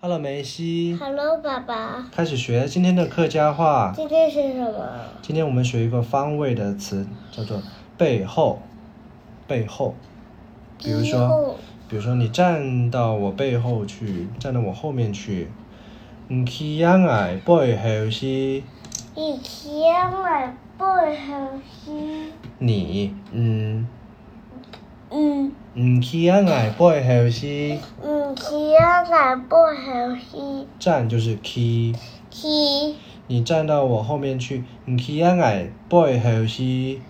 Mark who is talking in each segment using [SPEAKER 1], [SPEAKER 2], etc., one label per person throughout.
[SPEAKER 1] Hello，梅西，
[SPEAKER 2] Hello，爸爸，
[SPEAKER 1] 开始学今天的客家话。
[SPEAKER 2] 今天是什么？
[SPEAKER 1] 今天我们学一个方位的词，叫做背后。背后，比如
[SPEAKER 2] 以
[SPEAKER 1] 说，
[SPEAKER 2] 后
[SPEAKER 1] 比如说你站到我背后去，站到我后面去。嗯唔起样矮背后是
[SPEAKER 2] 以前买不小心，
[SPEAKER 1] 你，嗯，
[SPEAKER 2] 嗯
[SPEAKER 1] 唔起样矮背后是
[SPEAKER 2] 嗯，以前买不小心，
[SPEAKER 1] 站就是起，
[SPEAKER 2] 以
[SPEAKER 1] 你站到我后面去，唔起样矮背后是。
[SPEAKER 2] 以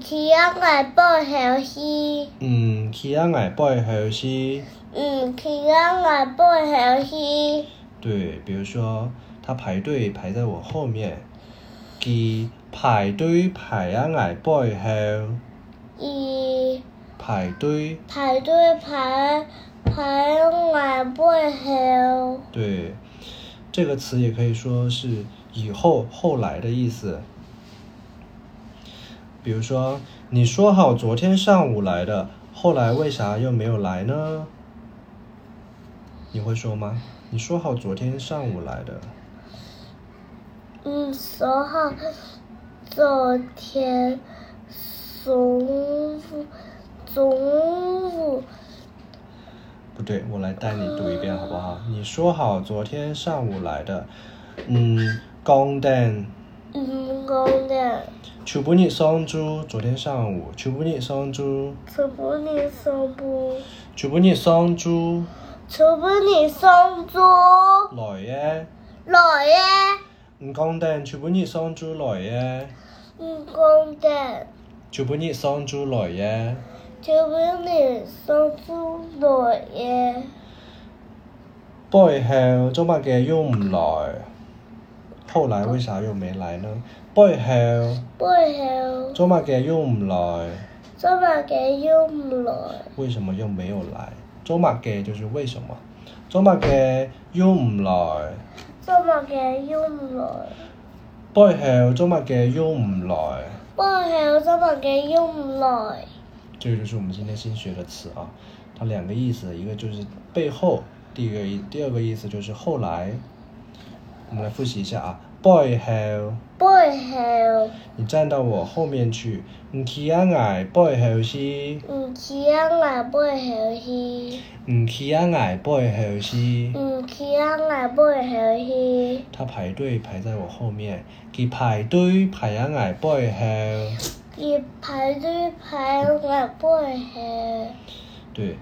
[SPEAKER 2] 前买不小心，
[SPEAKER 1] 嗯，起啊矮背后是，
[SPEAKER 2] 嗯，以前买不小心，
[SPEAKER 1] 对，比如说他排队排在我后面，佢排队排啊矮背后，
[SPEAKER 2] 以
[SPEAKER 1] 排队
[SPEAKER 2] 排队排排买不小，
[SPEAKER 1] 对，这个词也可以说是以后后来的意思。比如说，你说好昨天上午来的，后来为啥又没有来呢？你会说吗？你说好昨天上午来的，
[SPEAKER 2] 嗯，说好昨天中午中午
[SPEAKER 1] 不对，我来带你读一遍好不好？你说好昨天上午来的，嗯，公蛋，
[SPEAKER 2] 嗯公的，
[SPEAKER 1] 求不你松猪，昨天上午，求不你松猪，
[SPEAKER 2] 全部你送不，
[SPEAKER 1] 求不你松猪，
[SPEAKER 2] 全部你送猪
[SPEAKER 1] 来耶，
[SPEAKER 2] 来耶，
[SPEAKER 1] 唔公蛋，求不你松猪来耶，
[SPEAKER 2] 嗯公的，
[SPEAKER 1] 求不你松猪来耶，
[SPEAKER 2] 全部你送猪来耶，
[SPEAKER 1] 背后做乜嘅又唔来？后来为啥又没来呢？背后
[SPEAKER 2] 不好，
[SPEAKER 1] 做乜嘅又唔来？
[SPEAKER 2] 这么给用来，
[SPEAKER 1] 为什么又没有来？周马给就是为什么，周马给又唔来，
[SPEAKER 2] 这么给用来，
[SPEAKER 1] 背后周马给又唔来，
[SPEAKER 2] 不好，这么给用来。
[SPEAKER 1] 这个就是我们今天新学的词啊。它两个意思，一个就是背后，第一个意，第二个意思就是后来。我们来复习一下啊，背后，
[SPEAKER 2] 背后
[SPEAKER 1] 你站到我后面去，唔企啊挨背后是，
[SPEAKER 2] 唔起啊来背后去，
[SPEAKER 1] 唔企啊挨背后是。
[SPEAKER 2] 唔起啊来背后去，
[SPEAKER 1] 他排队排在我后面，佢排队排啊挨背后。
[SPEAKER 2] 一排队排来背后，
[SPEAKER 1] 对，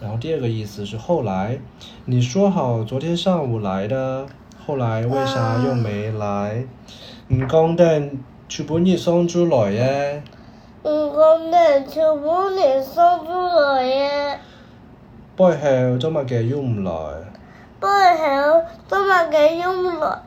[SPEAKER 1] 然后第二个意思是后来，你说好昨天上午来的，后来为啥又没来？唔讲定全本日送猪来耶，
[SPEAKER 2] 唔讲得全部你送出来耶，
[SPEAKER 1] 背後做乜嘅又唔來？
[SPEAKER 2] 背后都冇嘅用来，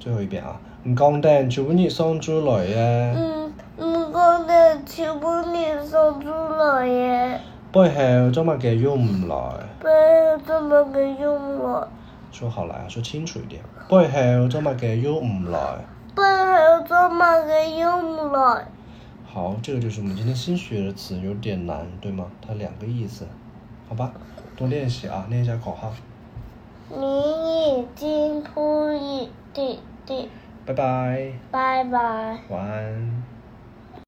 [SPEAKER 1] 最後一遍啊，唔講定全本日送豬來耶，
[SPEAKER 2] 唔嗯唔讲得全部你送出来耶，
[SPEAKER 1] 背後做乜嘅又唔來？
[SPEAKER 2] 背后都冇嘅用来，
[SPEAKER 1] 說好來啊，說清楚一點。背後做乜嘅又唔來？
[SPEAKER 2] 背后都冇嘅用来。
[SPEAKER 1] 好，这个就是我们今天新学的词，有点难，对吗？它两个意思，好吧？多练习啊，练一下口号。
[SPEAKER 2] 你已经扑一地地，
[SPEAKER 1] 拜拜，
[SPEAKER 2] 拜拜。
[SPEAKER 1] 晚安。